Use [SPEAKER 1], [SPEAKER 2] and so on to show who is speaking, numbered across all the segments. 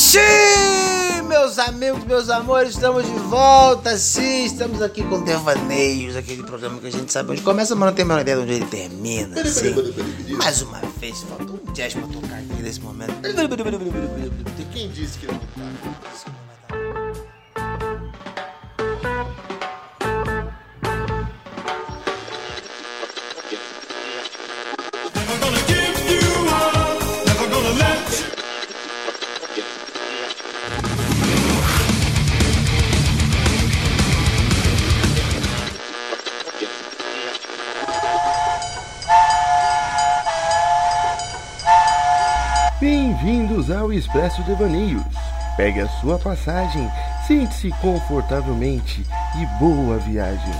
[SPEAKER 1] Sim, meus amigos, meus amores, estamos de volta. Sim, estamos aqui com Devaneios, aquele programa que a gente sabe onde começa, mas não tem a menor ideia de onde ele termina.
[SPEAKER 2] Peraí, peraí,
[SPEAKER 1] Sim.
[SPEAKER 2] peraí, peraí, peraí.
[SPEAKER 1] Mais uma vez, faltou um jazz pra tocar aqui nesse momento.
[SPEAKER 2] Quem disse que não tá?
[SPEAKER 3] Bem-vindos ao Expresso Devaneios. Pegue a sua passagem, sente-se confortavelmente e boa viagem.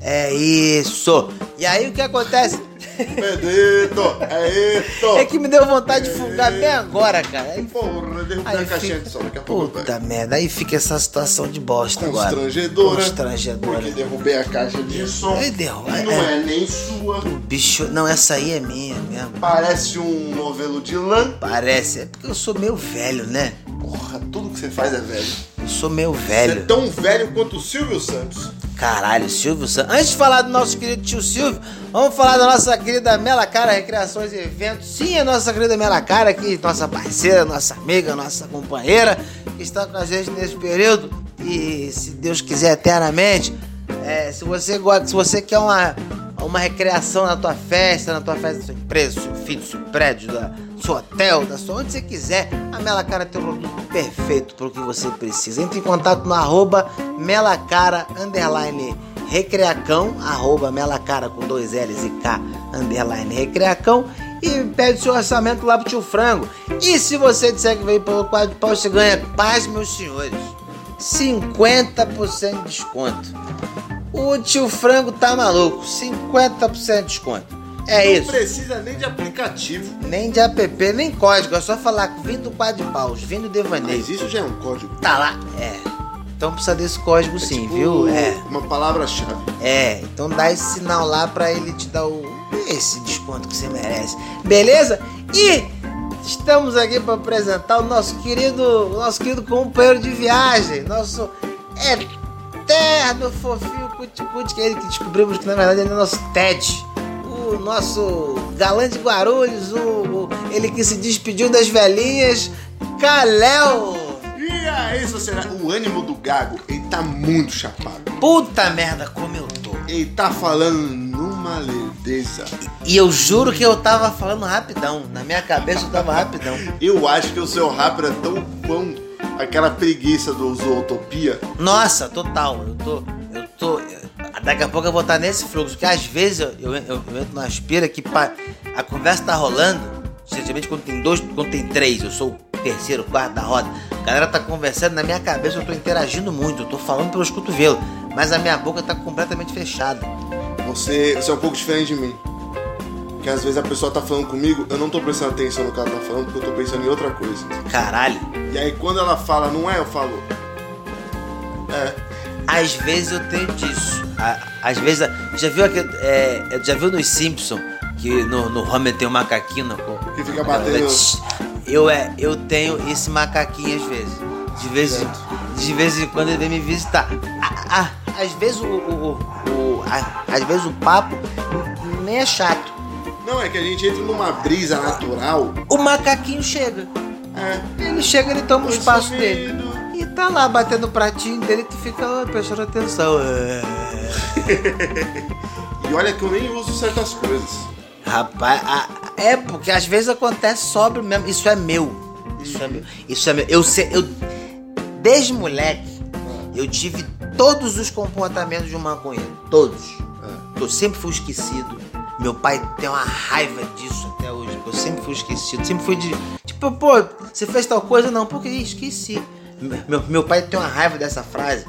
[SPEAKER 1] É isso. E aí o que acontece?
[SPEAKER 2] Pedrito, é isso!
[SPEAKER 1] É que me deu vontade de fungar bem agora, cara. Aí,
[SPEAKER 2] Porra, derrubei
[SPEAKER 1] aí
[SPEAKER 2] a caixinha
[SPEAKER 1] fica-
[SPEAKER 2] de som, daqui É. a pouco eu
[SPEAKER 1] Puta
[SPEAKER 2] pego.
[SPEAKER 1] merda, aí fica essa situação de bosta agora.
[SPEAKER 2] Constrangedora.
[SPEAKER 1] Constrangedora.
[SPEAKER 2] Porque derrubei a caixa de som.
[SPEAKER 1] Ele derruba,
[SPEAKER 2] E não
[SPEAKER 1] é.
[SPEAKER 2] é. nem sua.
[SPEAKER 1] Bicho, não, essa aí é minha mesmo.
[SPEAKER 2] Parece um novelo de lã.
[SPEAKER 1] Parece, é porque eu sou meio velho, né?
[SPEAKER 2] Porra, tudo que você faz é velho. Você
[SPEAKER 1] Eu sou meio
[SPEAKER 2] é
[SPEAKER 1] velho.
[SPEAKER 2] tão velho quanto o Silvio Santos.
[SPEAKER 1] Caralho, Silvio Santos. Antes de falar do nosso querido tio Silvio, vamos falar da nossa querida Mela Cara Recreações e Eventos. Sim, a nossa querida Mela Cara, que nossa parceira, nossa amiga, nossa companheira, que está com a gente nesse período e, se Deus quiser, eternamente. É, se você gosta, se você quer uma, uma recreação na tua festa, na tua festa da sua empresa, do seu filho, do seu prédio, da do seu hotel, da sua onde você quiser, a Melacara tem o produto perfeito para o que você precisa. Entre em contato no arroba melacara underline recreacão, arroba melacara com dois L's e K underline recreacão e pede seu orçamento lá pro tio Frango. E se você disser que veio pelo quadro de pau, você ganha, paz meus senhores, 50% de desconto. O tio Frango tá maluco, 50% de desconto. É
[SPEAKER 2] não
[SPEAKER 1] isso.
[SPEAKER 2] precisa nem de aplicativo.
[SPEAKER 1] Nem de app, nem código, é só falar que vim do quadro de paus, vim do devaneio.
[SPEAKER 2] Mas isso já é um código.
[SPEAKER 1] Tá lá, é. Então precisa desse código sim,
[SPEAKER 2] Tipo,
[SPEAKER 1] viu? É.
[SPEAKER 2] Uma palavra-chave.
[SPEAKER 1] É, então dá esse sinal lá pra ele te dar o, esse desconto que você merece. Beleza? E estamos aqui pra apresentar o nosso querido, o nosso querido companheiro de viagem, nosso eterno fofinho cuticute, que é ele que descobrimos que na verdade ele é nosso Ted. O nosso galã de Guarulhos, o, o- ele que se despediu das velhinhas, Kalel.
[SPEAKER 2] E aí, será o ânimo do Gago, ele tá muito chapado.
[SPEAKER 1] Puta merda, como eu tô.
[SPEAKER 2] Ele tá falando numa lerdeza.
[SPEAKER 1] E eu juro que eu tava falando rapidão. Na minha cabeça eu tava rapidão.
[SPEAKER 2] Eu acho que o seu rap era tão pão, aquela preguiça do Zootopia.
[SPEAKER 1] Nossa, total. Eu tô. Eu tô. Daqui a pouco eu vou estar nesse fluxo. Porque às vezes eu, eu, eu- eu entro na aspira que pa- a conversa tá rolando. Especialmente quando tem dois, quando tem três, eu sou o terceiro, quarto da roda. A galera tá conversando, na minha cabeça eu tô interagindo muito, eu tô falando pelos cotovelos, mas a minha boca tá completamente fechada.
[SPEAKER 2] Você, você é um pouco diferente de mim. Porque às vezes a pessoa tá falando comigo, eu não tô prestando atenção no que ela tá falando, porque eu tô pensando em outra coisa.
[SPEAKER 1] Caralho.
[SPEAKER 2] E aí quando ela fala, não é, eu falo.
[SPEAKER 1] Às vezes eu tenho disso. A- Às vezes. a- Já viu, aquele, é, é, já viu nos Simpsons que no, no Homer tem um macaquinho na co-
[SPEAKER 2] Que fica batendo.
[SPEAKER 1] Eu, é, eu tenho esse macaquinho às vezes. De vez, em- de vez em quando ele vem me visitar. A- a- às vezes o. o- o- o- a- às vezes o papo nem é chato.
[SPEAKER 2] Não, é que a gente entra numa brisa natural.
[SPEAKER 1] O macaquinho chega.
[SPEAKER 2] É.
[SPEAKER 1] Ele chega, ele toma o
[SPEAKER 2] Oi,
[SPEAKER 1] espaço
[SPEAKER 2] sumido.
[SPEAKER 1] dele. E tá lá batendo o pratinho dele, tu fica ó, prestando atenção. É.
[SPEAKER 2] E olha que eu nem uso certas coisas.
[SPEAKER 1] Rapaz, a- é porque às vezes acontece sóbrio mesmo. Isso é meu. Isso é meu. Isso é meu. Eu sei, eu desde moleque eu tive todos os comportamentos de um maconheiro, todos. Eu sempre fui esquecido. Meu pai tem uma raiva disso até hoje. Eu sempre fui esquecido. Sempre fui de. Tipo, pô, você fez tal coisa? Não, porque Ih, esqueci. Meu, meu pai tem uma raiva dessa frase.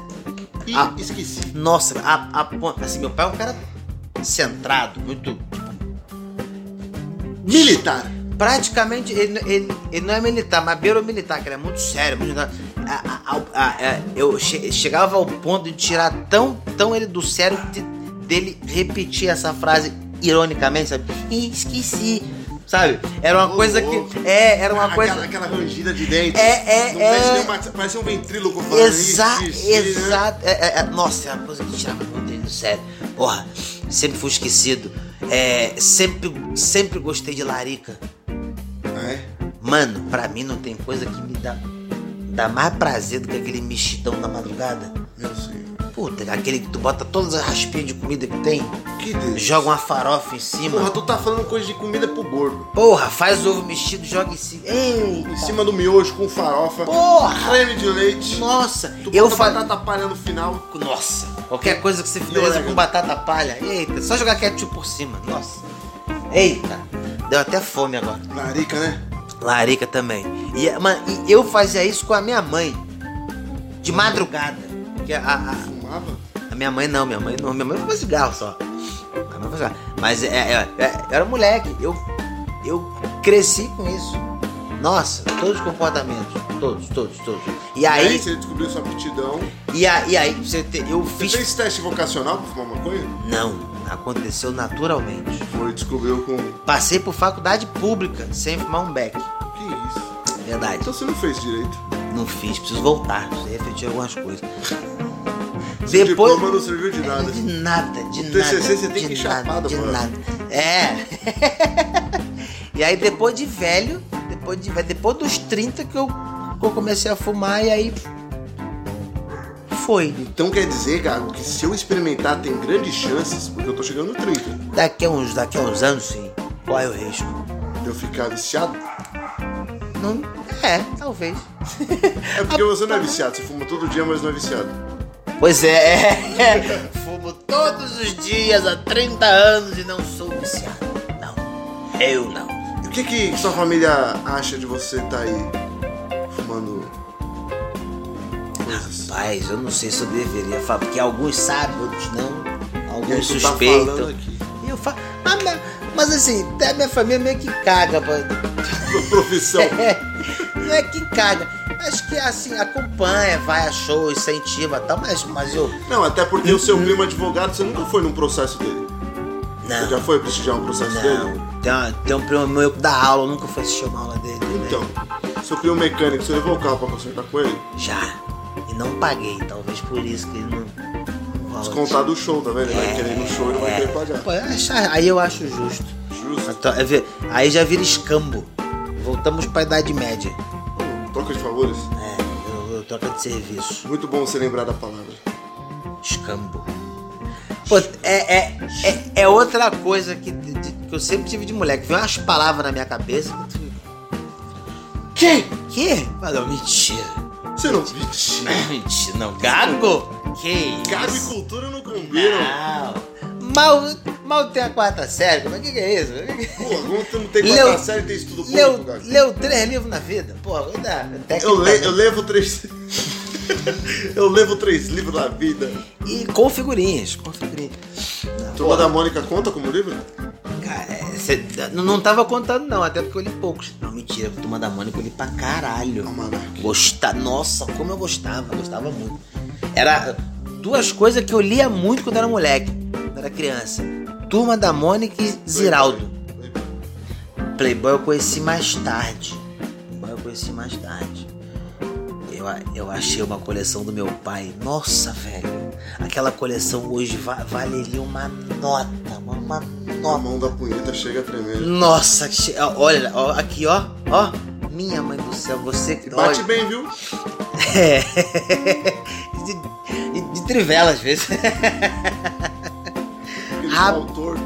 [SPEAKER 2] E
[SPEAKER 1] Ah.
[SPEAKER 2] esqueci.
[SPEAKER 1] Nossa, a, a, pon- assim, meu pai é um cara centrado, muito
[SPEAKER 2] Militar.
[SPEAKER 1] praticamente ele, ele, ele não é militar, mas beira o militar, que ele é muito sério, muito a- a- a- a- a- eu che- chegava ao ponto de tirar tão, tão ele do sério de- dele repetir essa frase ironicamente, sabe? Ih, esqueci. sabe? Era uma
[SPEAKER 2] Ô,
[SPEAKER 1] coisa
[SPEAKER 2] louco. Ah,
[SPEAKER 1] que. É, era uma
[SPEAKER 2] aquela,
[SPEAKER 1] coisa.
[SPEAKER 2] Aquela rangida de dentes.
[SPEAKER 1] É, é,
[SPEAKER 2] Não parece
[SPEAKER 1] é.
[SPEAKER 2] nem uma- Parece um ventríloco falando
[SPEAKER 1] Exa
[SPEAKER 2] isso, isso, isso, né?
[SPEAKER 1] exato. É, é, é, nossa, é uma coisa que me tirava muito do sério. Porra, sempre fui esquecido. É, sempre, sempre gostei de larica.
[SPEAKER 2] Ah, é?
[SPEAKER 1] Mano, pra mim não tem coisa que me dá, dá mais prazer do que aquele mexidão da madrugada.
[SPEAKER 2] Meu senhor.
[SPEAKER 1] Puta, aquele que tu bota todas as raspinhas de comida que tem,
[SPEAKER 2] Que Deus.
[SPEAKER 1] joga uma farofa em cima.
[SPEAKER 2] Porra, tu tá falando coisa de comida pro gordo.
[SPEAKER 1] Porra, faz ovo mexido, joga em cima. Ei,
[SPEAKER 2] Em cima do miojo com farofa.
[SPEAKER 1] Porra!
[SPEAKER 2] Creme de leite.
[SPEAKER 1] nossa,
[SPEAKER 2] Tu
[SPEAKER 1] eu
[SPEAKER 2] bota
[SPEAKER 1] falei.
[SPEAKER 2] batata palha no final.
[SPEAKER 1] Nossa, qualquer coisa que você finaliza
[SPEAKER 2] orégano.
[SPEAKER 1] com batata palha. Eita, só jogar ketchup por cima. Nossa. Eita, deu até fome agora.
[SPEAKER 2] Larica, né?
[SPEAKER 1] Larica também. E, mano, e eu fazia isso com a minha mãe. De madrugada. Que a- a- a,
[SPEAKER 2] Fumava.
[SPEAKER 1] A minha mãe não, minha mãe não, minha mãe fumava cigarro só. Minha mãe fumava cigarro. Mas é, é, é, eu era moleque, eu, eu cresci com isso. Nossa, todos os comportamentos, todos, todos, todos. E
[SPEAKER 2] E aí
[SPEAKER 1] aí,
[SPEAKER 2] você descobriu sua aptidão.
[SPEAKER 1] e aí, e aí você te- eu
[SPEAKER 2] Você
[SPEAKER 1] fiz.
[SPEAKER 2] fez teste vocacional pra fumar maconha?
[SPEAKER 1] Não, aconteceu naturalmente.
[SPEAKER 2] Foi, descobriu com... Que
[SPEAKER 1] Passei por faculdade pública sem fumar um beck.
[SPEAKER 2] isso?
[SPEAKER 1] Verdade.
[SPEAKER 2] Então você não fez direito.
[SPEAKER 1] Não fiz, preciso voltar, preciso refletir algumas coisas.
[SPEAKER 2] Seu
[SPEAKER 1] Depois.
[SPEAKER 2] diploma não serviu de nada.
[SPEAKER 1] De nada, de nada.
[SPEAKER 2] TCC você tem
[SPEAKER 1] de
[SPEAKER 2] que ir chapado,
[SPEAKER 1] nada, de
[SPEAKER 2] mano.
[SPEAKER 1] nada. É. e aí depois de velho, depois de velho, depois dos 30 que eu, que eu comecei a fumar e aí foi.
[SPEAKER 2] Então quer dizer, Gago, que se eu experimentar tem grandes chances, porque eu tô chegando no 30,
[SPEAKER 1] Daqui a uns, daqui a uns anos sim. Qual é o risco?
[SPEAKER 2] de eu ficar viciado?
[SPEAKER 1] Não, é, talvez.
[SPEAKER 2] É porque você não é viciado, você fuma todo dia, mas não é viciado.
[SPEAKER 1] Pois é, é. fumo todos os dias há 30 anos e não sou viciado. Não, eu não.
[SPEAKER 2] E o que que sua família acha de você tá aí fumando coisas?
[SPEAKER 1] Rapaz, eu não sei se eu deveria falar, porque alguns sabem, outros não.
[SPEAKER 2] E aí
[SPEAKER 1] Alguns
[SPEAKER 2] tu tá
[SPEAKER 1] suspeitam.
[SPEAKER 2] falando aqui.
[SPEAKER 1] E eu falo. Mas, mas- mas assim, até a minha família meio que caga. pra-
[SPEAKER 2] Sua profissão.
[SPEAKER 1] não é que caga. Acho que assim, acompanha, vai a show, incentiva e tal, mas, mas eu.
[SPEAKER 2] Não, até porque o seu primo advogado, você nunca foi num processo dele. Você já
[SPEAKER 1] Não,
[SPEAKER 2] foi prestigiar um processo dele?
[SPEAKER 1] não. Tem, uma- tem um primo meu que dá aula, eu nunca fui assistir uma aula dele. né?
[SPEAKER 2] Então, seu primo mecânico, você levou o carro pra consertar com ele?
[SPEAKER 1] Já. E não paguei, talvez por isso que ele não. não
[SPEAKER 2] Descontar do show, tá vendo? Ele
[SPEAKER 1] É.
[SPEAKER 2] vai querer ir no show e não vai querer pagar.
[SPEAKER 1] Pô, eu achar- aí eu acho justo.
[SPEAKER 2] Justo.
[SPEAKER 1] Então, é ver- Aí já vira escambo. Voltamos pra Idade Média.
[SPEAKER 2] Hum, Troca de favores.
[SPEAKER 1] É, eu, eu troca de serviço.
[SPEAKER 2] Muito bom você lembrar da palavra.
[SPEAKER 1] Escambo. Pô, é, é, é, é outra coisa que, de- de- que eu sempre tive de moleque. Vem umas palavras na minha cabeça que tu.
[SPEAKER 2] Que?
[SPEAKER 1] Que? Falou, mentira.
[SPEAKER 2] Você não. Mentira.
[SPEAKER 1] mentira, não. Gago? Que
[SPEAKER 2] Gago e
[SPEAKER 1] isso?
[SPEAKER 2] cultura não combinam.
[SPEAKER 1] Não. Mal, mal tem a quarta série. Mas o que, que é isso? Que que-
[SPEAKER 2] Pô, agora tu não tem
[SPEAKER 1] Leu-
[SPEAKER 2] quarta série, tem estudo público,
[SPEAKER 1] Leu,
[SPEAKER 2] Gago.
[SPEAKER 1] leu três livros na vida? Porra, ainda.
[SPEAKER 2] Eu,
[SPEAKER 1] tá,
[SPEAKER 2] le- eu
[SPEAKER 1] né?
[SPEAKER 2] levo três. eu levo três livros na vida.
[SPEAKER 1] E com figurinhas, com figurinhas.
[SPEAKER 2] Turma da Mônica conta como livro?
[SPEAKER 1] Cara, é, cê- não, não tava contando não, até porque eu li poucos. Não, mentira, Turma da Mônica eu li pra caralho.
[SPEAKER 2] Almanac.
[SPEAKER 1] Gosta... Nossa, como eu gostava, gostava muito. Era duas coisas que eu lia muito quando era moleque, quando era criança. Turma da Mônica e Ziraldo. Playboy eu conheci mais tarde. Playboy eu conheci mais tarde. Eu, a- eu achei uma coleção do meu pai. Nossa, velho. Aquela coleção hoje va- valeria uma nota. Uma, uma
[SPEAKER 2] A
[SPEAKER 1] nota.
[SPEAKER 2] mão da punheta chega tremendo.
[SPEAKER 1] Nossa, que che- ó, olha, ó, aqui, ó. Ó. Minha mãe do céu, você que.
[SPEAKER 2] E bate
[SPEAKER 1] olha-
[SPEAKER 2] bem, viu?
[SPEAKER 1] É. de, de, de trivela, às vezes.
[SPEAKER 2] Aquele
[SPEAKER 1] Ah.
[SPEAKER 2] pau torto.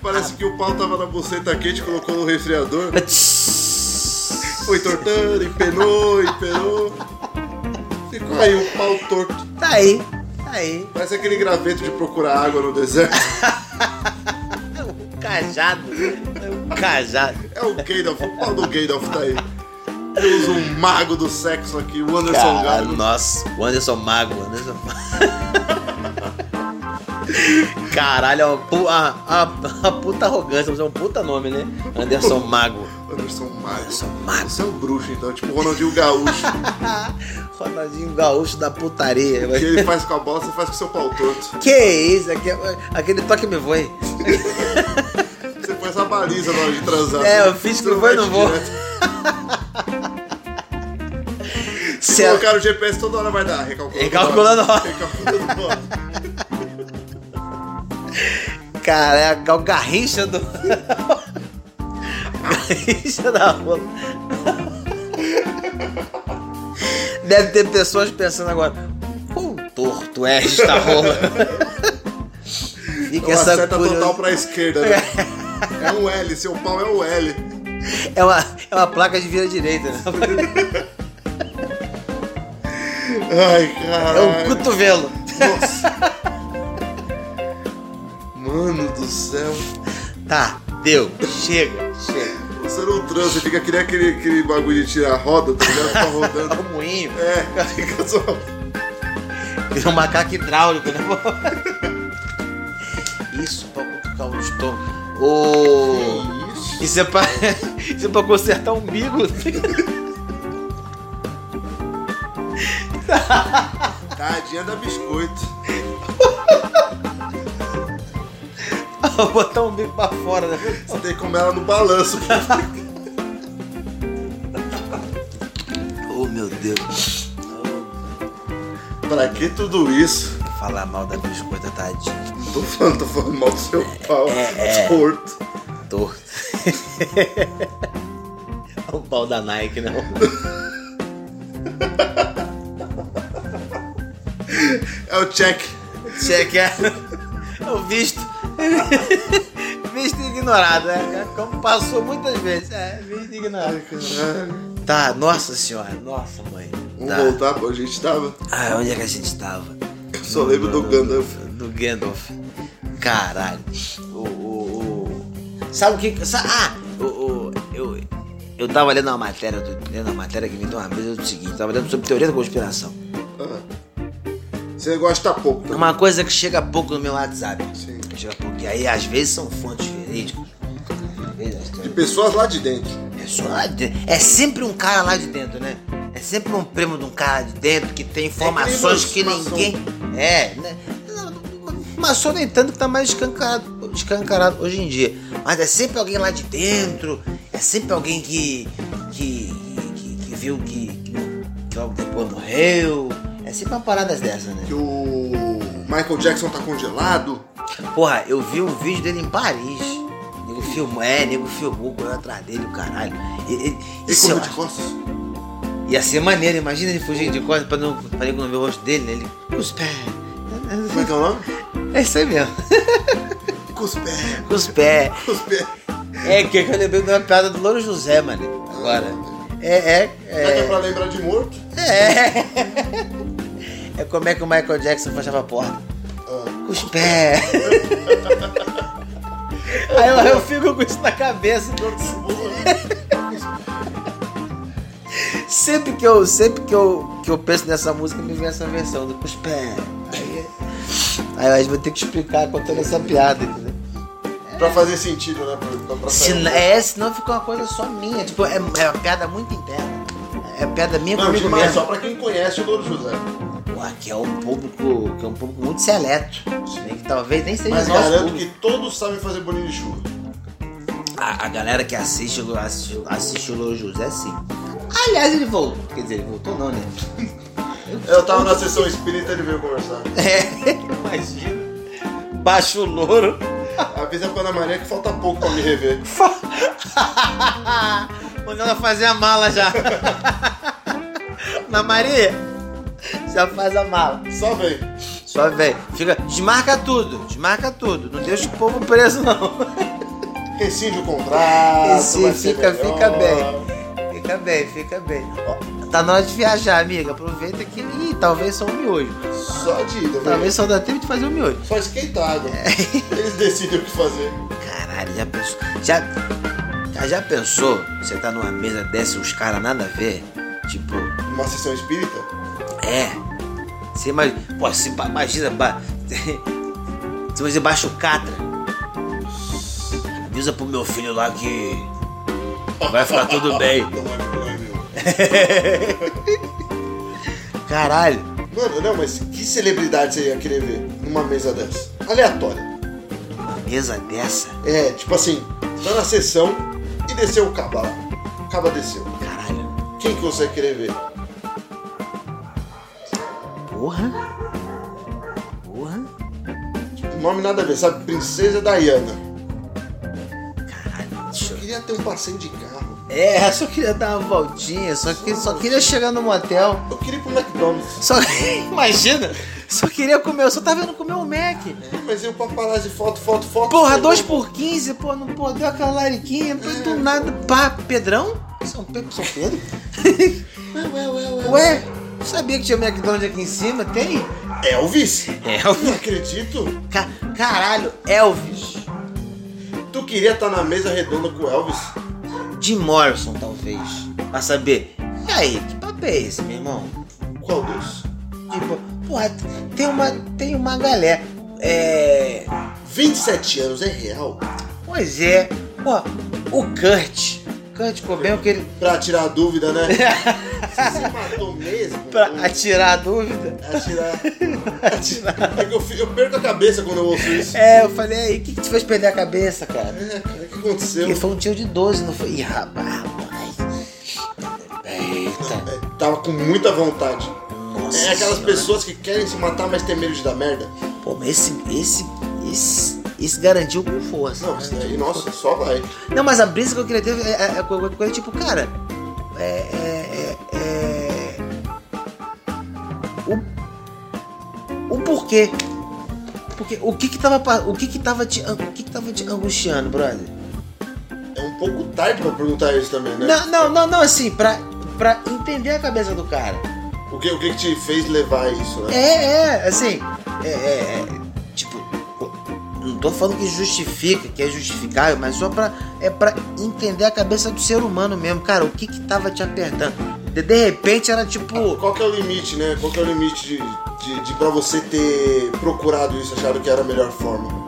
[SPEAKER 2] Parece que o pau tava na buceta quente, colocou no resfriador. Foi tortando, empenou, empenou. Ficou aí um pau torto.
[SPEAKER 1] Tá aí, tá aí.
[SPEAKER 2] Parece aquele graveto de procurar água no deserto.
[SPEAKER 1] É um cajado. É um cajado.
[SPEAKER 2] É o Gandalf, o pau do Gandalf tá aí. Temos um mago do sexo aqui, o Anderson
[SPEAKER 1] Cara,
[SPEAKER 2] Gago.
[SPEAKER 1] nossa, o Anderson Mago, o Anderson Mago. Caralho, é uma, pu- a, a- a puta arrogância, mas é um puta nome, né? Anderson Mago.
[SPEAKER 2] Anderson Mago.
[SPEAKER 1] Anderson Mago.
[SPEAKER 2] Você é um bruxo, então, tipo o Ronaldinho Gaúcho.
[SPEAKER 1] Ronaldinho Gaúcho da putaria.
[SPEAKER 2] O que ele faz com a bola, você faz com o seu pau torto.
[SPEAKER 1] é- Que isso, aquele, aquele toque me voe.
[SPEAKER 2] Você faz a baliza na hora de transar.
[SPEAKER 1] É,
[SPEAKER 2] Você-
[SPEAKER 1] eu fiz
[SPEAKER 2] você
[SPEAKER 1] que não
[SPEAKER 2] não
[SPEAKER 1] foi,
[SPEAKER 2] mete
[SPEAKER 1] não vou.
[SPEAKER 2] direto. Se
[SPEAKER 1] Se ela-
[SPEAKER 2] colocar o GPS toda hora vai dar, recalculando.
[SPEAKER 1] Recalculando a hora.
[SPEAKER 2] Recalculando a hora.
[SPEAKER 1] Cara, é a gal- garrincha do. garrincha da rola. Deve ter pessoas pensando agora. Quão torto é esta rola?
[SPEAKER 2] É
[SPEAKER 1] Fica
[SPEAKER 2] uma
[SPEAKER 1] essa
[SPEAKER 2] seta
[SPEAKER 1] curiosidade.
[SPEAKER 2] Então, total pra esquerda, né? É um L, seu pau é um L.
[SPEAKER 1] É uma, é uma placa de vira direita, né?
[SPEAKER 2] Ai,
[SPEAKER 1] É um
[SPEAKER 2] caralho.
[SPEAKER 1] cotovelo.
[SPEAKER 2] Nossa. Mano do céu.
[SPEAKER 1] Tá, deu. Chega, chega.
[SPEAKER 2] Você não transa, você fica que nem aquele, aquele bagulho de tirar a roda, tá ligado? Fica
[SPEAKER 1] É
[SPEAKER 2] rodando.
[SPEAKER 1] um moinho.
[SPEAKER 2] É, fica só.
[SPEAKER 1] Ele é um macaco hidráulico, né? Isso pra cutucar o estômago. Ô.
[SPEAKER 2] Isso.
[SPEAKER 1] Isso é pra. Isso é pra consertar o umbigo.
[SPEAKER 2] Tadinha da biscoito.
[SPEAKER 1] Botar o umbigo pra fora, né?
[SPEAKER 2] Você tem que comer ela no balanço.
[SPEAKER 1] Oh meu Deus.
[SPEAKER 2] pra que tudo isso?
[SPEAKER 1] Falar mal da biscoita, tadinho.
[SPEAKER 2] Não tô falando, tô falando mal do seu pau. Tá
[SPEAKER 1] É, é.
[SPEAKER 2] Torto.
[SPEAKER 1] Torto. É o pau da Nike, não.
[SPEAKER 2] É o check.
[SPEAKER 1] Cheque é. É o visto. Visto ignorado, né? Como passou muitas vezes. É, visto ignorado.
[SPEAKER 2] Caralho.
[SPEAKER 1] Tá, nossa senhora, nossa mãe.
[SPEAKER 2] Vamos
[SPEAKER 1] Tá.
[SPEAKER 2] voltar pra onde a gente tava?
[SPEAKER 1] Ah, onde é que a gente tava?
[SPEAKER 2] Eu só lembro do Gandalf.
[SPEAKER 1] Do Gandalf. Caralho. O, o, o- Sabe o que. sa- Ah! O, o- eu, eu tava lendo uma matéria, do- lendo uma matéria que me deu uma vez do seguinte, tava lendo sobre teoria da conspiração.
[SPEAKER 2] Ah. Você gosta pouco,
[SPEAKER 1] É
[SPEAKER 2] tá?
[SPEAKER 1] uma coisa que chega pouco no meu WhatsApp.
[SPEAKER 2] Sim.
[SPEAKER 1] Que Chega pouco. E aí, às vezes, são fontes verídicas. Às vezes, as
[SPEAKER 2] De
[SPEAKER 1] teorias-
[SPEAKER 2] pessoas lá de dentro.
[SPEAKER 1] É só lá de dentro. É sempre um cara lá de dentro, né? É sempre um primo de um cara de dentro que tem informações
[SPEAKER 2] que
[SPEAKER 1] que
[SPEAKER 2] nem É maçom.
[SPEAKER 1] ninguém. É, né? Mas só nem tanto que tá mais escancarado, escancarado hoje em dia. Mas é sempre alguém lá de dentro, é sempre alguém que. que. que, que viu que, que, que logo depois morreu. É sempre uma parada dessa, né?
[SPEAKER 2] Que o Michael Jackson tá congelado.
[SPEAKER 1] Porra, eu vi um vídeo dele em Paris. Nego filmou, é, nego filmou, correu atrás dele, o caralho. E, e,
[SPEAKER 2] Ele
[SPEAKER 1] isso é eu
[SPEAKER 2] comeu de
[SPEAKER 1] acho-
[SPEAKER 2] costas.
[SPEAKER 1] Ia ser maneiro, imagina ele fugindo de costas pra não, pra ele não ver o rosto dele, né? Ele. Cuspé.
[SPEAKER 2] Como é que é o nome?
[SPEAKER 1] É isso aí mesmo.
[SPEAKER 2] Cuspé.
[SPEAKER 1] Cuspé.
[SPEAKER 2] Cuspé.
[SPEAKER 1] É que eu lembrei de uma piada do Louro José, mano. Agora. É, é,
[SPEAKER 2] Será que é
[SPEAKER 1] é.
[SPEAKER 2] pra lembrar de morto?
[SPEAKER 1] É como é que o Michael Jackson fechava a porta. Cuspé. Aí eu, eu fico com isso na cabeça.
[SPEAKER 2] né?
[SPEAKER 1] Sempre que eu, sempre que eu, que eu penso nessa música, me vem essa versão do Cuspé. Aí, aí eu acho que vou ter que explicar contando essa piada, entendeu?
[SPEAKER 2] pra fazer sentido, né? Pra, pra
[SPEAKER 1] Se,
[SPEAKER 2] sair.
[SPEAKER 1] é, senão fica uma coisa só minha. Tipo, é, é uma piada muito interna. É piada minha
[SPEAKER 2] Não,
[SPEAKER 1] comigo
[SPEAKER 2] demais,
[SPEAKER 1] mesmo.
[SPEAKER 2] só pra quem conhece o Louro José.
[SPEAKER 1] Pô, aqui é um público, que é um público muito seleto. Se bem que talvez nem seja
[SPEAKER 2] Mas
[SPEAKER 1] nosso
[SPEAKER 2] garanto
[SPEAKER 1] público.
[SPEAKER 2] que todos sabem fazer bolinho de chuva.
[SPEAKER 1] A, a galera que assiste, o- assiste, assiste o Louro José, sim. Aliás, ele voltou. Quer dizer, ele voltou não, né?
[SPEAKER 2] Eu tava na sessão espírita, ele veio conversar.
[SPEAKER 1] É, imagina. Baixo louro.
[SPEAKER 2] Avisa a Ana Maria que falta pouco pra me rever.
[SPEAKER 1] Mandou ela fazer a mala já. Na Maria, já faz a mala.
[SPEAKER 2] Só vem.
[SPEAKER 1] Só vem. Fica, desmarca tudo, desmarca tudo. Não deixa o povo preso, não.
[SPEAKER 2] Rescinde o contrato.
[SPEAKER 1] Esse
[SPEAKER 2] vai ser
[SPEAKER 1] fica,
[SPEAKER 2] melhor.
[SPEAKER 1] fica bem. Fica bem, fica bem. Ó, tá na hora de viajar, amiga. Aproveita que. Ih, talvez só um miojo.
[SPEAKER 2] Só de ida, velho.
[SPEAKER 1] Talvez só dá tempo de fazer um miojo.
[SPEAKER 2] Só esquentar água.
[SPEAKER 1] É.
[SPEAKER 2] Eles decidem o que fazer.
[SPEAKER 1] Caralho, já pensou. Já, já, já pensou? Você tá numa mesa dessa e os caras nada a ver? Tipo,
[SPEAKER 2] Uma sessão espírita?
[SPEAKER 1] é. Você imagina. Pô, se ba- imagina. Ba, se você baixa o catra. Avisa pro meu filho lá que. Vai ficar tudo bem.
[SPEAKER 2] Não é, vai me pegar em mim.
[SPEAKER 1] Caralho.
[SPEAKER 2] Mano, não, mas que celebridade você ia querer ver numa mesa dessa? Aleatória.
[SPEAKER 1] Uma mesa dessa.
[SPEAKER 2] É, tipo assim, tá na sessão e desceu o caba lá. O caba desceu.
[SPEAKER 1] Caralho.
[SPEAKER 2] Quem que você querer ver?
[SPEAKER 1] Porra. Porra.
[SPEAKER 2] Nome nada a ver, sabe? Princesa Diana.
[SPEAKER 1] Caralho.
[SPEAKER 2] Eu queria ter um passeio de carro.
[SPEAKER 1] É, eu só queria dar uma voltinha, só, que, só queria chegar no motel.
[SPEAKER 2] Eu queria ir pro McDonald's.
[SPEAKER 1] Só imagina, só queria comer, eu só tava indo comer um Mac.
[SPEAKER 2] Mas eu paparazzi, foto, foto, foto.
[SPEAKER 1] Porra,
[SPEAKER 2] chegou.
[SPEAKER 1] 2 por 15 pô, não pô, deu aquela lariquinha, pô, do nada, pá, Pedrão? São Pedro, São Pedro?
[SPEAKER 2] Ué, ué, ué, ué.
[SPEAKER 1] Ué, não sabia que tinha McDonald's aqui em cima, tem?
[SPEAKER 2] Elvis?
[SPEAKER 1] Elvis.
[SPEAKER 2] Não acredito.
[SPEAKER 1] Ca- caralho, Elvis.
[SPEAKER 2] Tu queria estar na mesa redonda com o Elvis?
[SPEAKER 1] De Morrison, talvez. Pra saber. E aí, que papo é esse, meu irmão?
[SPEAKER 2] Qual dos?
[SPEAKER 1] Tipo, porra, tem uma, tem uma galera. É.
[SPEAKER 2] 27 anos, é real?
[SPEAKER 1] Pois é. Ó, o Kurt. Kurt Cobain, que ele.
[SPEAKER 2] Pra tirar a dúvida, né? Você se matou mesmo?
[SPEAKER 1] Pra
[SPEAKER 2] Ou-
[SPEAKER 1] atirar a dúvida.
[SPEAKER 2] Atirar. É que eu, fi- eu perco a cabeça quando eu ouço isso.
[SPEAKER 1] É, eu falei, aí, o que, que te fez perder a cabeça, cara?
[SPEAKER 2] É, cara, o que aconteceu?
[SPEAKER 1] Porque foi um tiro de 12, não foi? Ih, rapaz. Eita.
[SPEAKER 2] É, tava com muita vontade.
[SPEAKER 1] Nossa.
[SPEAKER 2] É aquelas
[SPEAKER 1] senhora.
[SPEAKER 2] pessoas que querem se matar, mas tem medo de dar merda.
[SPEAKER 1] Pô, mas esse. Esse. Esse, esse garantiu com força.
[SPEAKER 2] Não, isso daí, nossa, só vai.
[SPEAKER 1] Não, mas a brisa que eu queria ter é, é, é coisa coisa tipo, cara. É. é, é, é o, o porquê. Porque o que que tava, pa- o que que tava te, an- o que que tava te angustiando, brother?
[SPEAKER 2] É um pouco tarde pra perguntar isso também, né?
[SPEAKER 1] Não, não, não, não, assim, pra, pra entender a cabeça do cara.
[SPEAKER 2] O que, o que que te fez levar a isso, né?
[SPEAKER 1] É, é, assim, é, é, é, tipo, não tô falando que justifica, que é justificável, mas só pra, é pra entender a cabeça do ser humano mesmo, cara, o que que tava te apertando. De, de repente era tipo,
[SPEAKER 2] Qual que é o limite, né? Qual que é o limite de, de, de pra você ter procurado isso, achado que era a melhor forma?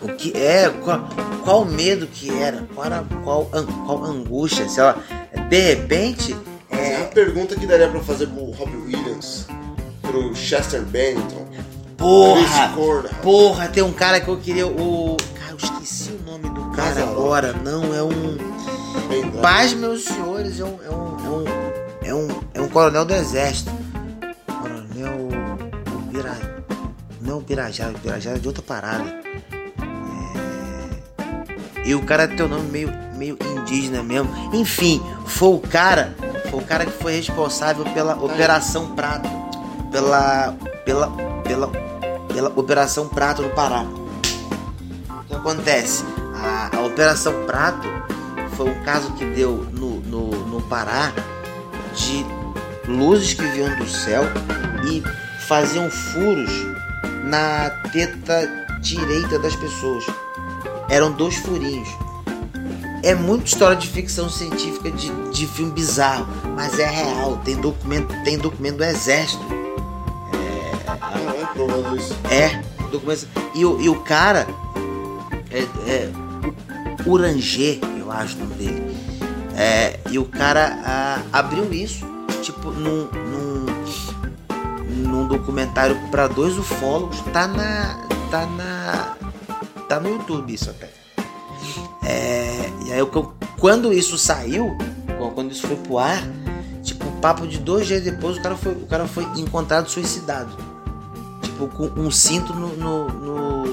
[SPEAKER 1] o que é, qual, qual o medo que era, qual, era- qual, an- qual angústia, sei lá, de repente,
[SPEAKER 2] É.
[SPEAKER 1] é,
[SPEAKER 2] a pergunta que daria pra fazer pro Robbie Williams, pro Chester Bennington,
[SPEAKER 1] porra,
[SPEAKER 2] Chris Cornell.
[SPEAKER 1] porra, tem um cara que eu queria, o, cara, eu esqueci o nome do cara
[SPEAKER 2] Casanova.
[SPEAKER 1] agora, não, é um...
[SPEAKER 2] Ben Drive.
[SPEAKER 1] Paz, meus senhores, é um, é um, é um, é um, é um coronel do exército. Coronel. o Bira- Não, o Birajara, o Birajara é de outra parada. É, E o cara tem o nome meio, meio indígena mesmo. Enfim, foi o cara. Foi o cara que foi responsável pela Operação Prato. Pela. pela. pela. pela Operação Prato no Pará. O que acontece? A, a Operação Prato foi um caso que deu no, no, no Pará de luzes que vinham do céu e faziam furos na teta direita das pessoas. Eram dois furinhos. É muita história de ficção científica de, de filme bizarro, mas é real. Tem documento, tem documento do exército.
[SPEAKER 2] Caralho, provando isso.
[SPEAKER 1] É, documento. E, o- e o cara. É, é, o Uranger, eu acho o nome dele. É, e o cara ah, abriu isso, tipo, num, num, num documentário pra dois ufólogos. Tá na. Tá na. Tá no YouTube isso até. É, e aí, eu- quando isso saiu, quando isso foi pro ar, tipo, um papo de dois dias depois, o cara foi, o cara foi encontrado suicidado. Tipo, com um cinto no. no. no.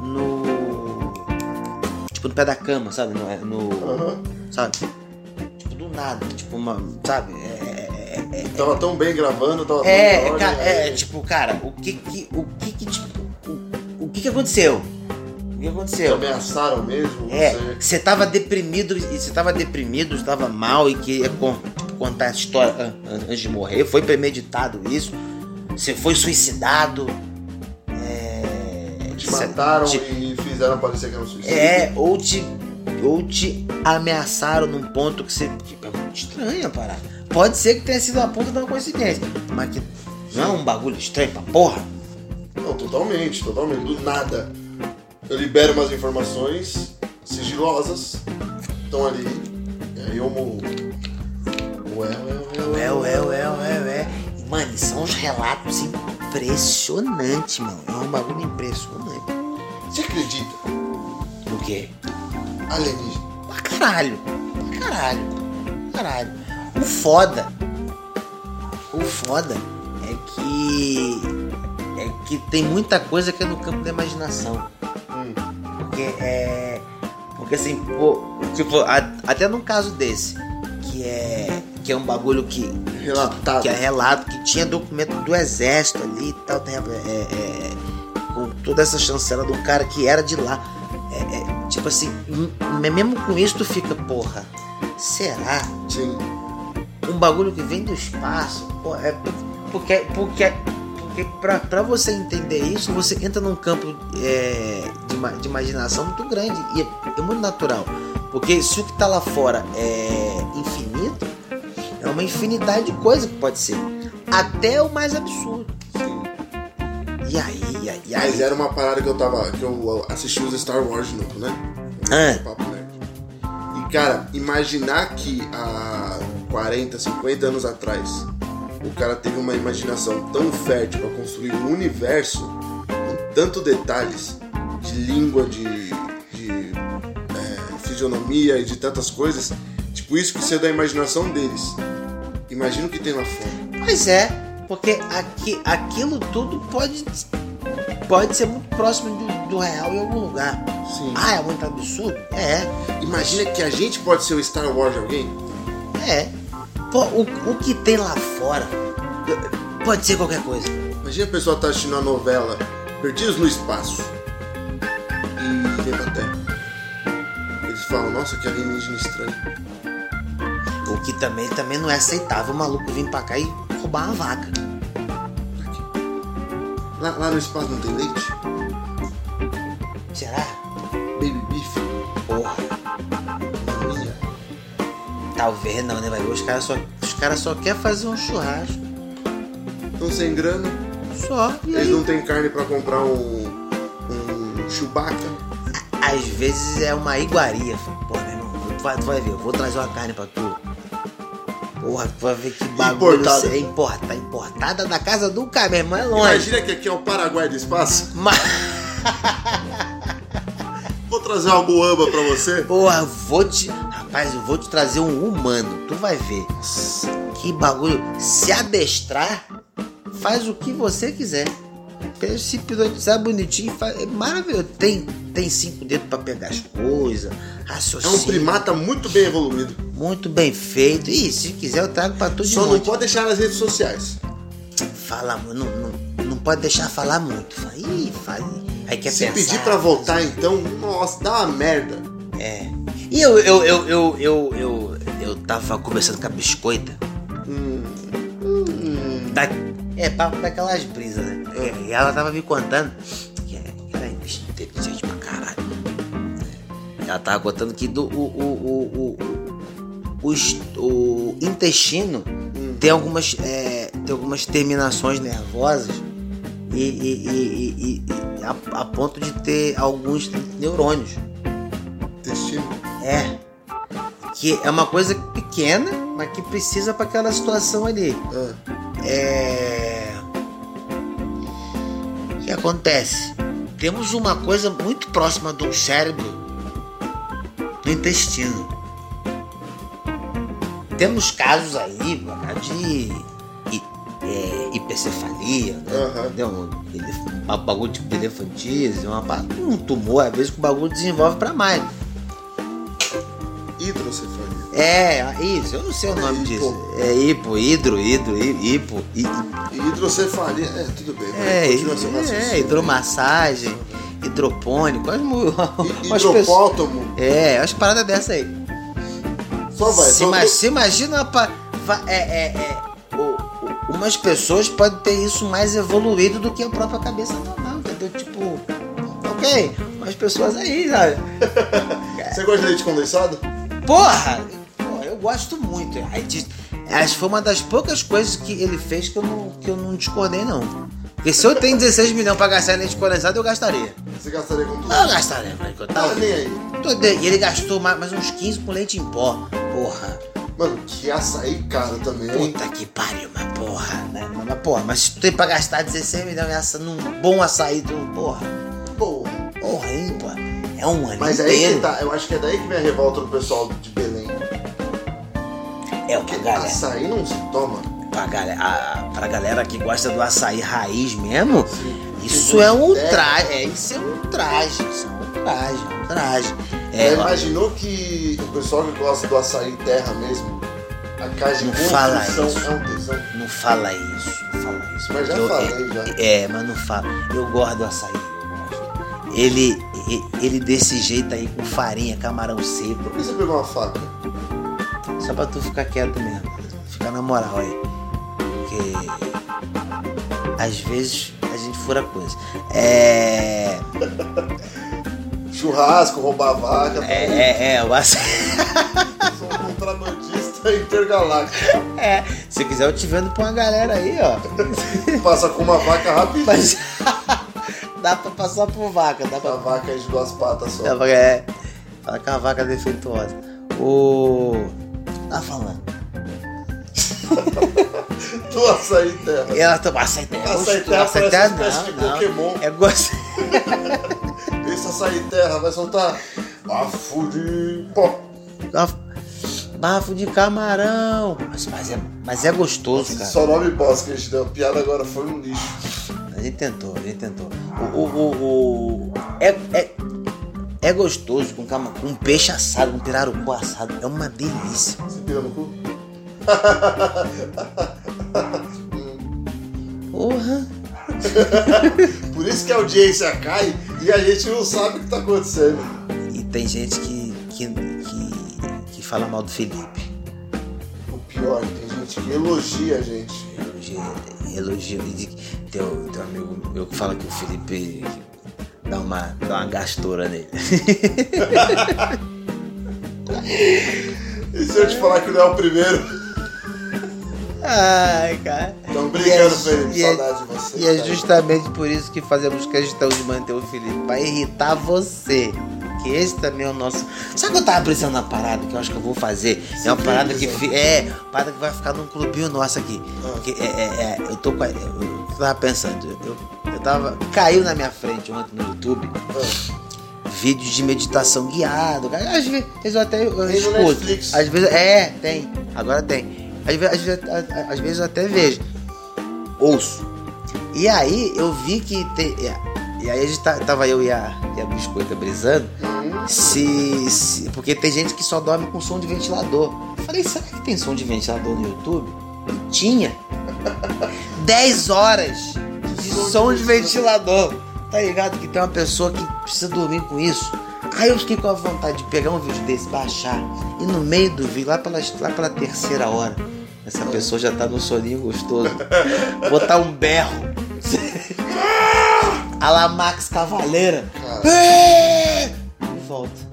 [SPEAKER 1] no- tipo, no pé da cama, sabe? No. é, no-
[SPEAKER 2] Aham.
[SPEAKER 1] sabe? Tipo, do nada. Tipo, uma. Sabe? É. é, é,
[SPEAKER 2] Tava tão bem gravando, tava
[SPEAKER 1] é,
[SPEAKER 2] tão
[SPEAKER 1] é,
[SPEAKER 2] na
[SPEAKER 1] ca-
[SPEAKER 2] hora,
[SPEAKER 1] é,
[SPEAKER 2] Tá aí-
[SPEAKER 1] tipo, cara, o que que. O que que. Tipo, o, o que que aconteceu? O que
[SPEAKER 2] Te
[SPEAKER 1] aconteceu?
[SPEAKER 2] ameaçaram mesmo?
[SPEAKER 1] tipo, É,
[SPEAKER 2] Você...
[SPEAKER 1] você tava deprimido, e você tava deprimido, estava mal e queria con- tipo, contar essa história an- an- antes de morrer. Foi premeditado isso. Você foi suicidado. É,
[SPEAKER 2] Te
[SPEAKER 1] cê-
[SPEAKER 2] mataram
[SPEAKER 1] te-
[SPEAKER 2] e fizeram parecer que era um suicídio.
[SPEAKER 1] é, ou te, ou te ameaçaram num ponto que você. Tipo, é muito estranho a parada. Pode ser que tenha sido uma ponta de uma coincidência, mas que não é um bagulho estranho pra porra.
[SPEAKER 2] Não, totalmente, totalmente. Do nada. Eu libero umas informações sigilosas. Estão ali. E aí eu morro. Ué, ué, ué,
[SPEAKER 1] É, ué, ué, ué, ué. Mano, e são uns relatos impressionantes, mano. É um bagulho impressionante.
[SPEAKER 2] Você acredita?
[SPEAKER 1] O quê?
[SPEAKER 2] Alienígena.
[SPEAKER 1] Pra caralho. Pra caralho. Pra caralho. O foda. O foda é que. É que tem muita coisa que é no campo da imaginação.
[SPEAKER 2] Hum.
[SPEAKER 1] Porque é. Porque assim, pô, tipo, a- até num caso desse, que é. Que é um bagulho que.
[SPEAKER 2] Relatado.
[SPEAKER 1] Que é relato, que tinha documento do exército ali e tal, tem, é, é, com toda essa chancela do cara que era de lá. É, é, tipo assim, m- mesmo com isso tu fica, porra, será?
[SPEAKER 2] Sim.
[SPEAKER 1] um bagulho que vem do espaço, pô, é por- porque porque porque pra, pra você entender isso, você entra num campo é, de, ima- de imaginação muito grande e é, é muito natural. Porque se o que tá lá fora é infinito, é uma infinidade de coisa que pode ser. Até o mais absurdo.
[SPEAKER 2] Sim.
[SPEAKER 1] E aí, e aí, e aí?
[SPEAKER 2] Mas é era uma parada que eu tava. que eu assisti os Star Wars de novo, né?
[SPEAKER 1] Ah.
[SPEAKER 2] Papo nerd. E cara, imaginar que há 40, 50 anos atrás o cara teve uma imaginação tão fértil pra construir um universo com tanto detalhes de língua, de, de é, fisionomia e de tantas coisas. Tipo, isso que isso é da imaginação deles. Imagina o que tem lá fora.
[SPEAKER 1] Pois é, porque aqui, aquilo tudo pode, pode ser muito próximo do, do real em algum lugar.
[SPEAKER 2] Sim.
[SPEAKER 1] Ah, é muito absurdo? É.
[SPEAKER 2] Imagina que a gente pode ser o Star Wars de alguém.
[SPEAKER 1] É. Pô, o, o que tem lá fora pode ser qualquer coisa.
[SPEAKER 2] Imagina a pessoa tá assistindo a novela Perdidos no Espaço e vem pra Terra. Eles falam, nossa, que alienígena estranho.
[SPEAKER 1] O que também, também não é aceitável o maluco vir pra cá e roubar uma vaca.
[SPEAKER 2] Lá, lá no espaço não tem leite?
[SPEAKER 1] Será?
[SPEAKER 2] Baby beef?
[SPEAKER 1] Porra,
[SPEAKER 2] Maminha?
[SPEAKER 1] talvez não, né? Vai ver, os caras só, os cara só querem fazer um churrasco.
[SPEAKER 2] Estão sem grana?
[SPEAKER 1] Só. E
[SPEAKER 2] Eles
[SPEAKER 1] aí?
[SPEAKER 2] não têm carne pra comprar um... um Chewbacca?
[SPEAKER 1] Às vezes é uma iguaria. filho. Pô, meu irmão, tu vai, tu vai ver, eu vou trazer uma carne pra tu. Porra, tu vai ver que bagulho.
[SPEAKER 2] Importada.
[SPEAKER 1] É importa, importada da casa do cara, meu irmão, é longe.
[SPEAKER 2] Imagina que aqui é o Paraguai do espaço.
[SPEAKER 1] Mas...
[SPEAKER 2] Vou trazer uma goamba pra você.
[SPEAKER 1] Porra, eu vou te. Rapaz, eu vou te trazer um humano. Tu vai ver. Que bagulho. Se adestrar, faz o que você quiser. Se pilotizar bonitinho, faz- é maravilhoso. Tem, tem cinco dedos pra pegar as coisas,
[SPEAKER 2] É um
[SPEAKER 1] raciocínio.
[SPEAKER 2] primata muito bem evoluído.
[SPEAKER 1] muito bem feito. E se quiser, eu trago pra tu de
[SPEAKER 2] Só não
[SPEAKER 1] monte.
[SPEAKER 2] pode deixar nas redes sociais.
[SPEAKER 1] Fala, mu- não, não, não pode deixar falar muito. Fala, Ih, fala. Aí quer
[SPEAKER 2] Se
[SPEAKER 1] pensar.
[SPEAKER 2] pedir pra voltar, então, nossa, dá uma merda.
[SPEAKER 1] É. E eu, eu, eu, eu, eu, eu, eu tava conversando com a biscoita. Da, Hum, é, papo daquelas brisas, né? E- E ela tava me contando que é, que ela é bicho inteligente pra caralho. É. Ela tava contando que do, o, o, o, o, o, est- o intestino tem, algumas, é, tem algumas terminações nervosas e, e- e- e- e- a- a ponto de ter alguns neurônios.
[SPEAKER 2] Intestino.
[SPEAKER 1] É. Que é uma coisa pequena, mas que precisa pra aquela situação ali.
[SPEAKER 2] Ah,
[SPEAKER 1] É. O que acontece? Temos uma coisa muito próxima do cérebro do intestino. Temos casos aí cara, de hi- é, hipercefalia, né?
[SPEAKER 2] Aham.
[SPEAKER 1] Entendeu? Um elef- um bagulho tipo de elefantise, uma, pa- um tumor, às vezes que o bagulho desenvolve pra mais.
[SPEAKER 2] hidrocefalia.
[SPEAKER 1] É, isso, eu não sei o nome
[SPEAKER 2] Hipo.
[SPEAKER 1] disso. É hipo, hidro, hidro, hi- hipo, hi- hi-
[SPEAKER 2] E Hidrocefalia, é, tudo bem. vai,
[SPEAKER 1] é,
[SPEAKER 2] continua seu raciocínio.
[SPEAKER 1] é, hidromassagem, hidropônico, umas, mu-
[SPEAKER 2] Hi-
[SPEAKER 1] umas pessoas.
[SPEAKER 2] Hidropótamo.
[SPEAKER 1] É, umas paradas dessa aí. É,
[SPEAKER 2] Só vai,
[SPEAKER 1] se,
[SPEAKER 2] só
[SPEAKER 1] ima- se imagina uma pa- va- é, é, é, o- o- umas pessoas podem ter isso mais evoluído do que a própria cabeça normal, entendeu? Tipo, ok, umas pessoas aí, sabe? é.
[SPEAKER 2] Você gosta de leite condensado?
[SPEAKER 1] Porra! Pô, eu gosto muito. Aí diz- Acho que foi uma das poucas coisas que ele fez que eu não, que eu não discordei, não. Porque se eu tenho 16 milhões pra gastar em leite condensado, eu gastaria.
[SPEAKER 2] Você gastaria com tudo?
[SPEAKER 1] Eu gastaria, moleque. Eu
[SPEAKER 2] Tá
[SPEAKER 1] tava...
[SPEAKER 2] nem aí.
[SPEAKER 1] Tô de- E ele gastou mais, mais uns 15 com leite em pó. Porra.
[SPEAKER 2] Mano, que açaí caro também. hein?
[SPEAKER 1] Puta que pariu, mas porra. Né? Mas, mas, porra, mas se tu tem pra gastar 16 milhões em aça- num bom açaí, tu, um, porra.
[SPEAKER 2] Porra.
[SPEAKER 1] Porra, hein, É um porra. Não, mano.
[SPEAKER 2] Mas aí que tá, eu acho que é daí que vem a revolta do pessoal de Belém.
[SPEAKER 1] É o que
[SPEAKER 2] Porque
[SPEAKER 1] a Ah, galera.
[SPEAKER 2] açaí não se toma.
[SPEAKER 1] Pra, galera a- pra galera que gosta do açaí raiz mesmo,
[SPEAKER 2] Sim.
[SPEAKER 1] isso é um
[SPEAKER 2] É.
[SPEAKER 1] traje. É, isso é um traje. Isso é um traje, um traje. É,
[SPEAKER 2] Já
[SPEAKER 1] ó,
[SPEAKER 2] imaginou que o pessoal que gosta do açaí terra mesmo, a caixa de
[SPEAKER 1] Não fala
[SPEAKER 2] construção
[SPEAKER 1] isso.
[SPEAKER 2] é um tesão.
[SPEAKER 1] não fala isso, não fala isso.
[SPEAKER 2] Mas já
[SPEAKER 1] Eu-
[SPEAKER 2] falei, né?
[SPEAKER 1] é,
[SPEAKER 2] já.
[SPEAKER 1] É, mas não fala. Eu gosto do açaí. eu gosto. Ele, e- ele desse jeito aí, com farinha, camarão seco.
[SPEAKER 2] Por que você pegou uma faca?
[SPEAKER 1] Só pra tu ficar quieto mesmo. Ficar na moral aí. Porque. Às vezes a gente fura coisa. É.
[SPEAKER 2] Churrasco, roubar vaca,
[SPEAKER 1] É, é, é, o açaí.
[SPEAKER 2] sou um contrabandista intergaláctico.
[SPEAKER 1] É, se quiser eu te vendo pra uma galera aí, ó.
[SPEAKER 2] Passa com uma vaca rapidinho.
[SPEAKER 1] Mas dá pra passar por vaca, dá
[SPEAKER 2] A
[SPEAKER 1] pra.
[SPEAKER 2] vaca é de duas patas só.
[SPEAKER 1] Dá pra é, fala que é uma vaca defeituosa. O. Tá falando.
[SPEAKER 2] Do açaí terra.
[SPEAKER 1] E ela tá, toma açaí terra.
[SPEAKER 2] Açaí terra parece uma espécie de Pokémon.
[SPEAKER 1] É gosto.
[SPEAKER 2] Esse açaí terra vai soltar bafo de pó.
[SPEAKER 1] Bafo de camarão. Mas, mas é, mas é gostoso, cara.
[SPEAKER 2] Só nome bosta que a gente deu. A piada agora foi um lixo.
[SPEAKER 1] A gente tentou, a gente tentou. O, o, o- o- é, é, é gostoso com, cama, com peixe assado, com pirarucu assado. É uma delícia.
[SPEAKER 2] Você pira no cu?
[SPEAKER 1] Porra.
[SPEAKER 2] Por isso que a audiência cai e a gente não sabe o que tá acontecendo.
[SPEAKER 1] E tem gente que, que, que, que fala mal do Felipe.
[SPEAKER 2] O pior, tem gente que elogia a gente.
[SPEAKER 1] Elogia, elogia. e diz- Teu, teu amigo meu que fala que o Felipe dá uma, dá uma gastura nele.
[SPEAKER 2] E se eu te falar que não é o primeiro?
[SPEAKER 1] Ai, cara.
[SPEAKER 2] Então,
[SPEAKER 1] E é-
[SPEAKER 2] obrigado, Felipe.
[SPEAKER 1] e é-
[SPEAKER 2] Saudade de você.
[SPEAKER 1] E é
[SPEAKER 2] cara.
[SPEAKER 1] justamente por isso que fazemos questão de manter o Felipe, pra irritar você. Que esse também é o nosso. Sabe o que eu tava pensando na parada que eu acho que eu vou fazer? é uma parada que. fi- É, parada que vai ficar num clubinho nosso aqui. Que é, é- é, eu tô com. a- Eu, eu tava pensando, eu, eu tava. Caiu na minha frente ontem no YouTube vídeos de meditação guiado. Às vezes eu até eu
[SPEAKER 2] no
[SPEAKER 1] escuto.
[SPEAKER 2] Netflix.
[SPEAKER 1] Às vezes. É, tem. Agora tem. Às vezes, às vezes- às vezes eu até vejo. Ouço. E aí eu vi que tem. E aí a gente tá- tava eu e a, e a biscoita brisando. Se, se- Porque tem gente que só dorme com som de ventilador. Eu falei, será que tem som de ventilador no YouTube? E tinha. 10 horas de som de ventilador. Tá ligado que tem uma pessoa que precisa dormir com isso. Aí eu fiquei com a vontade de pegar um vídeo desse, baixar. E no meio do vídeo, lá pela, lá pela terceira hora, essa pessoa já tá num soninho gostoso. Botar um berro. A la Max Cavaleira. E volta.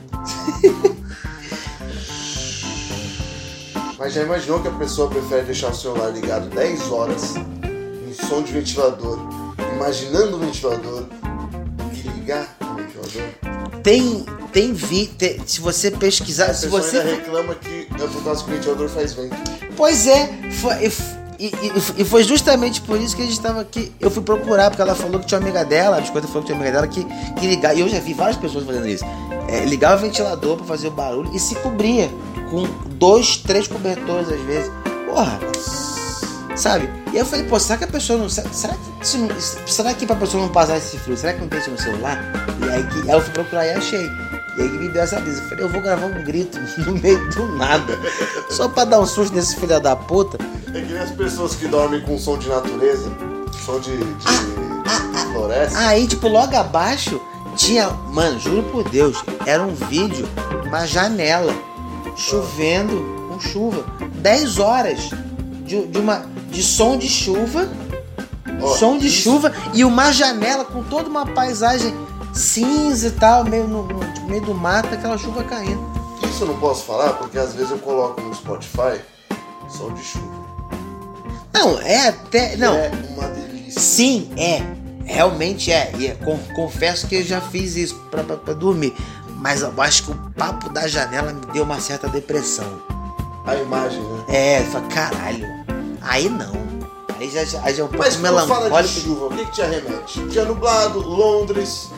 [SPEAKER 2] Mas já imaginou que a pessoa prefere deixar o celular ligado 10 horas em som de ventilador, imaginando o ventilador e ligar o ventilador?
[SPEAKER 1] Tem, tem vi. tem- se você pesquisar,
[SPEAKER 2] A
[SPEAKER 1] se
[SPEAKER 2] pessoa
[SPEAKER 1] você
[SPEAKER 2] ainda reclama que é por causa que o ventilador faz vento.
[SPEAKER 1] Pois é, foi- e, f- e- e- e foi justamente por isso que a gente tava aqui. Eu fui procurar, porque ela falou que tinha uma amiga dela, a biscoita falou que tinha uma amiga dela que, que ligava. E eu já vi várias pessoas fazendo isso. É, ligava o ventilador pra fazer o barulho e se cobria com dois, três cobertores às vezes. Porra! Sabe? E aí eu falei, pô, será que a pessoa não. Será, será que, isso não- isso- será que pra pessoa não passar esse frio? Será que não tem isso no celular? E aí, que, aí eu fui procurar e achei. E aí que me deu essa brisa. Eu falei, eu vou gravar um grito no meio do nada. Só pra dar um susto nesse filho da puta.
[SPEAKER 2] É que nem as pessoas que dormem com som de natureza, som de, de floresta.
[SPEAKER 1] Aí, tipo, logo abaixo tinha. Mano, juro por Deus, era um vídeo, uma janela, chovendo com chuva. 10 horas de, de uma. de som de chuva.
[SPEAKER 2] Ó,
[SPEAKER 1] ah, som de
[SPEAKER 2] isso-
[SPEAKER 1] chuva e uma janela com toda uma paisagem cinza e tal, meio no, no- tipo, meio do mato, aquela chuva caindo.
[SPEAKER 2] Isso eu não posso falar porque às vezes eu coloco no Spotify som de chuva.
[SPEAKER 1] Não, é até.
[SPEAKER 2] E
[SPEAKER 1] Não.
[SPEAKER 2] É uma delícia.
[SPEAKER 1] Sim, é. Realmente é. E é- con- confesso que eu já fiz isso pra, pra- pra dormir. Mas eu acho que o papo da janela me deu uma certa depressão.
[SPEAKER 2] A imagem, né?
[SPEAKER 1] É, eu falei, caralho. Aí não. Aí já, já, aí já é um pouco
[SPEAKER 2] Mas quando fala de
[SPEAKER 1] melancólico.
[SPEAKER 2] chuva, o que, que te arremete? Dia nublado, Londres,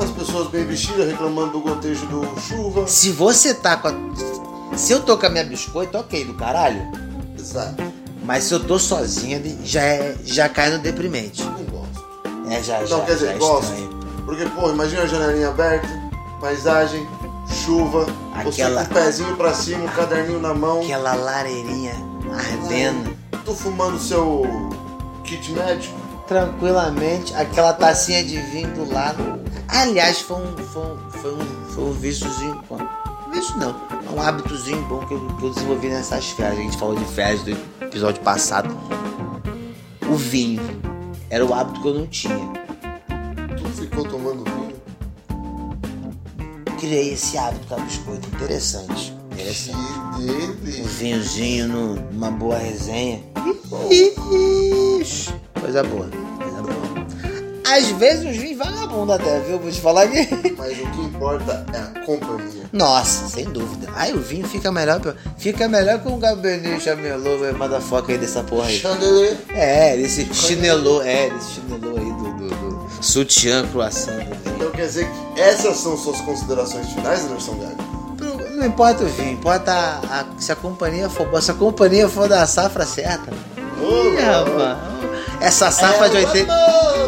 [SPEAKER 2] As pessoas bem vestidas reclamando do gotejo do chuva.
[SPEAKER 1] Se você tá com a... Se eu tô com a minha biscoito, ok, do caralho.
[SPEAKER 2] Exato.
[SPEAKER 1] Mas se eu tô sozinha, já, é- já cai no deprimente.
[SPEAKER 2] Não gosto.
[SPEAKER 1] É, já,
[SPEAKER 2] Então,
[SPEAKER 1] já,
[SPEAKER 2] quer
[SPEAKER 1] já
[SPEAKER 2] dizer,
[SPEAKER 1] é
[SPEAKER 2] gosto.
[SPEAKER 1] estranho.
[SPEAKER 2] Porque, pô, imagina a janelinha aberta, paisagem, chuva,
[SPEAKER 1] Aquela-
[SPEAKER 2] você com o pezinho pra cima, o caderninho na mão.
[SPEAKER 1] Aquela lareirinha ardendo.
[SPEAKER 2] Tu fumando seu kit médico.
[SPEAKER 1] Tranquilamente, aquela tacinha de vinho do lado. Aliás, foi um, foi um, foi um, foi um víciozinho. bom. Vício não, é um hábitozinho bom que eu, que eu desenvolvi nessas férias. A gente falou de férias do episódio passado. O vinho era o hábito que eu não tinha.
[SPEAKER 2] Tu ficou tomando vinho.
[SPEAKER 1] Criei esse hábito com a biscoito. Interessante. Interessante.
[SPEAKER 2] Que
[SPEAKER 1] um
[SPEAKER 2] delícia.
[SPEAKER 1] vinhozinho, no- numa boa resenha.
[SPEAKER 2] Bom.
[SPEAKER 1] Ixi, Coisa boa, coisa boa. Às vezes os vinhos vagabundo até, viu? Vou te falar que.
[SPEAKER 2] Mas o que importa é a companhia.
[SPEAKER 1] Nossa, sem dúvida. Aí o vinho fica melhor, que- fica melhor que um Cabernet Chamelot, vai mandar foca aí dessa porra aí.
[SPEAKER 2] Chandelier.
[SPEAKER 1] É, desse chinelô, é, desse chinelô aí do, do, do sutiã croissant do vinho.
[SPEAKER 2] Então quer dizer que essas são suas considerações finais, Anderson Gago?
[SPEAKER 1] Pro- Não importa o vinho, importa a- a- se a companhia for boa, se a companhia for da safra certa. Ih, rapaz. Essa safra de 80.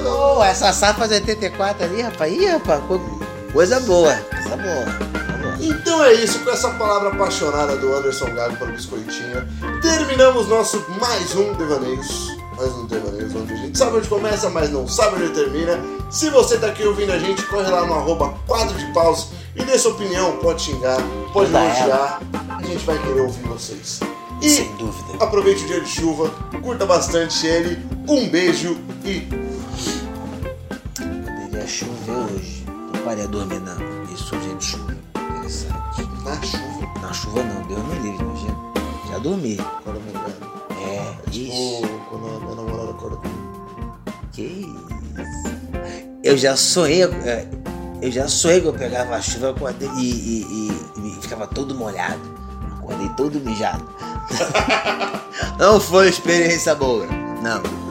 [SPEAKER 1] Pô, essa safra de 84 ali, rapaz. Ih, rapaz, co- coisa boa. Coisa boa.
[SPEAKER 2] Então é isso, com essa palavra apaixonada do Anderson Gago para o Biscoitinho, terminamos nosso mais um Devaneios. Mais um Devaneios, onde a gente sabe onde começa, mas não sabe onde termina. Se você tá aqui ouvindo a gente, corre lá no arroba quadro de paus e dê sua opinião, pode xingar, pode
[SPEAKER 1] Manda
[SPEAKER 2] elogiar, a gente vai querer ouvir vocês. E
[SPEAKER 1] Sem dúvida.
[SPEAKER 2] aproveite o dia de chuva, curta bastante ele, um beijo e
[SPEAKER 1] Poderia chover hoje. Não parei dormir, não. Isso é um dia de chuva. Interessante.
[SPEAKER 2] na chuva.
[SPEAKER 1] Na chuva não, Deus me livre, imagina. Já dormi.
[SPEAKER 2] Agora eu me engano.
[SPEAKER 1] É,
[SPEAKER 2] Tipo,
[SPEAKER 1] isso.
[SPEAKER 2] quando a minha namorada acorda comigo.
[SPEAKER 1] Que isso. Eu já sonhei. é, Eu já sonhei que eu pegava a chuva eu acordei, e, e- e- e ficava todo molhado. Acordei todo mijado. Não foi uma experiência boa. Não.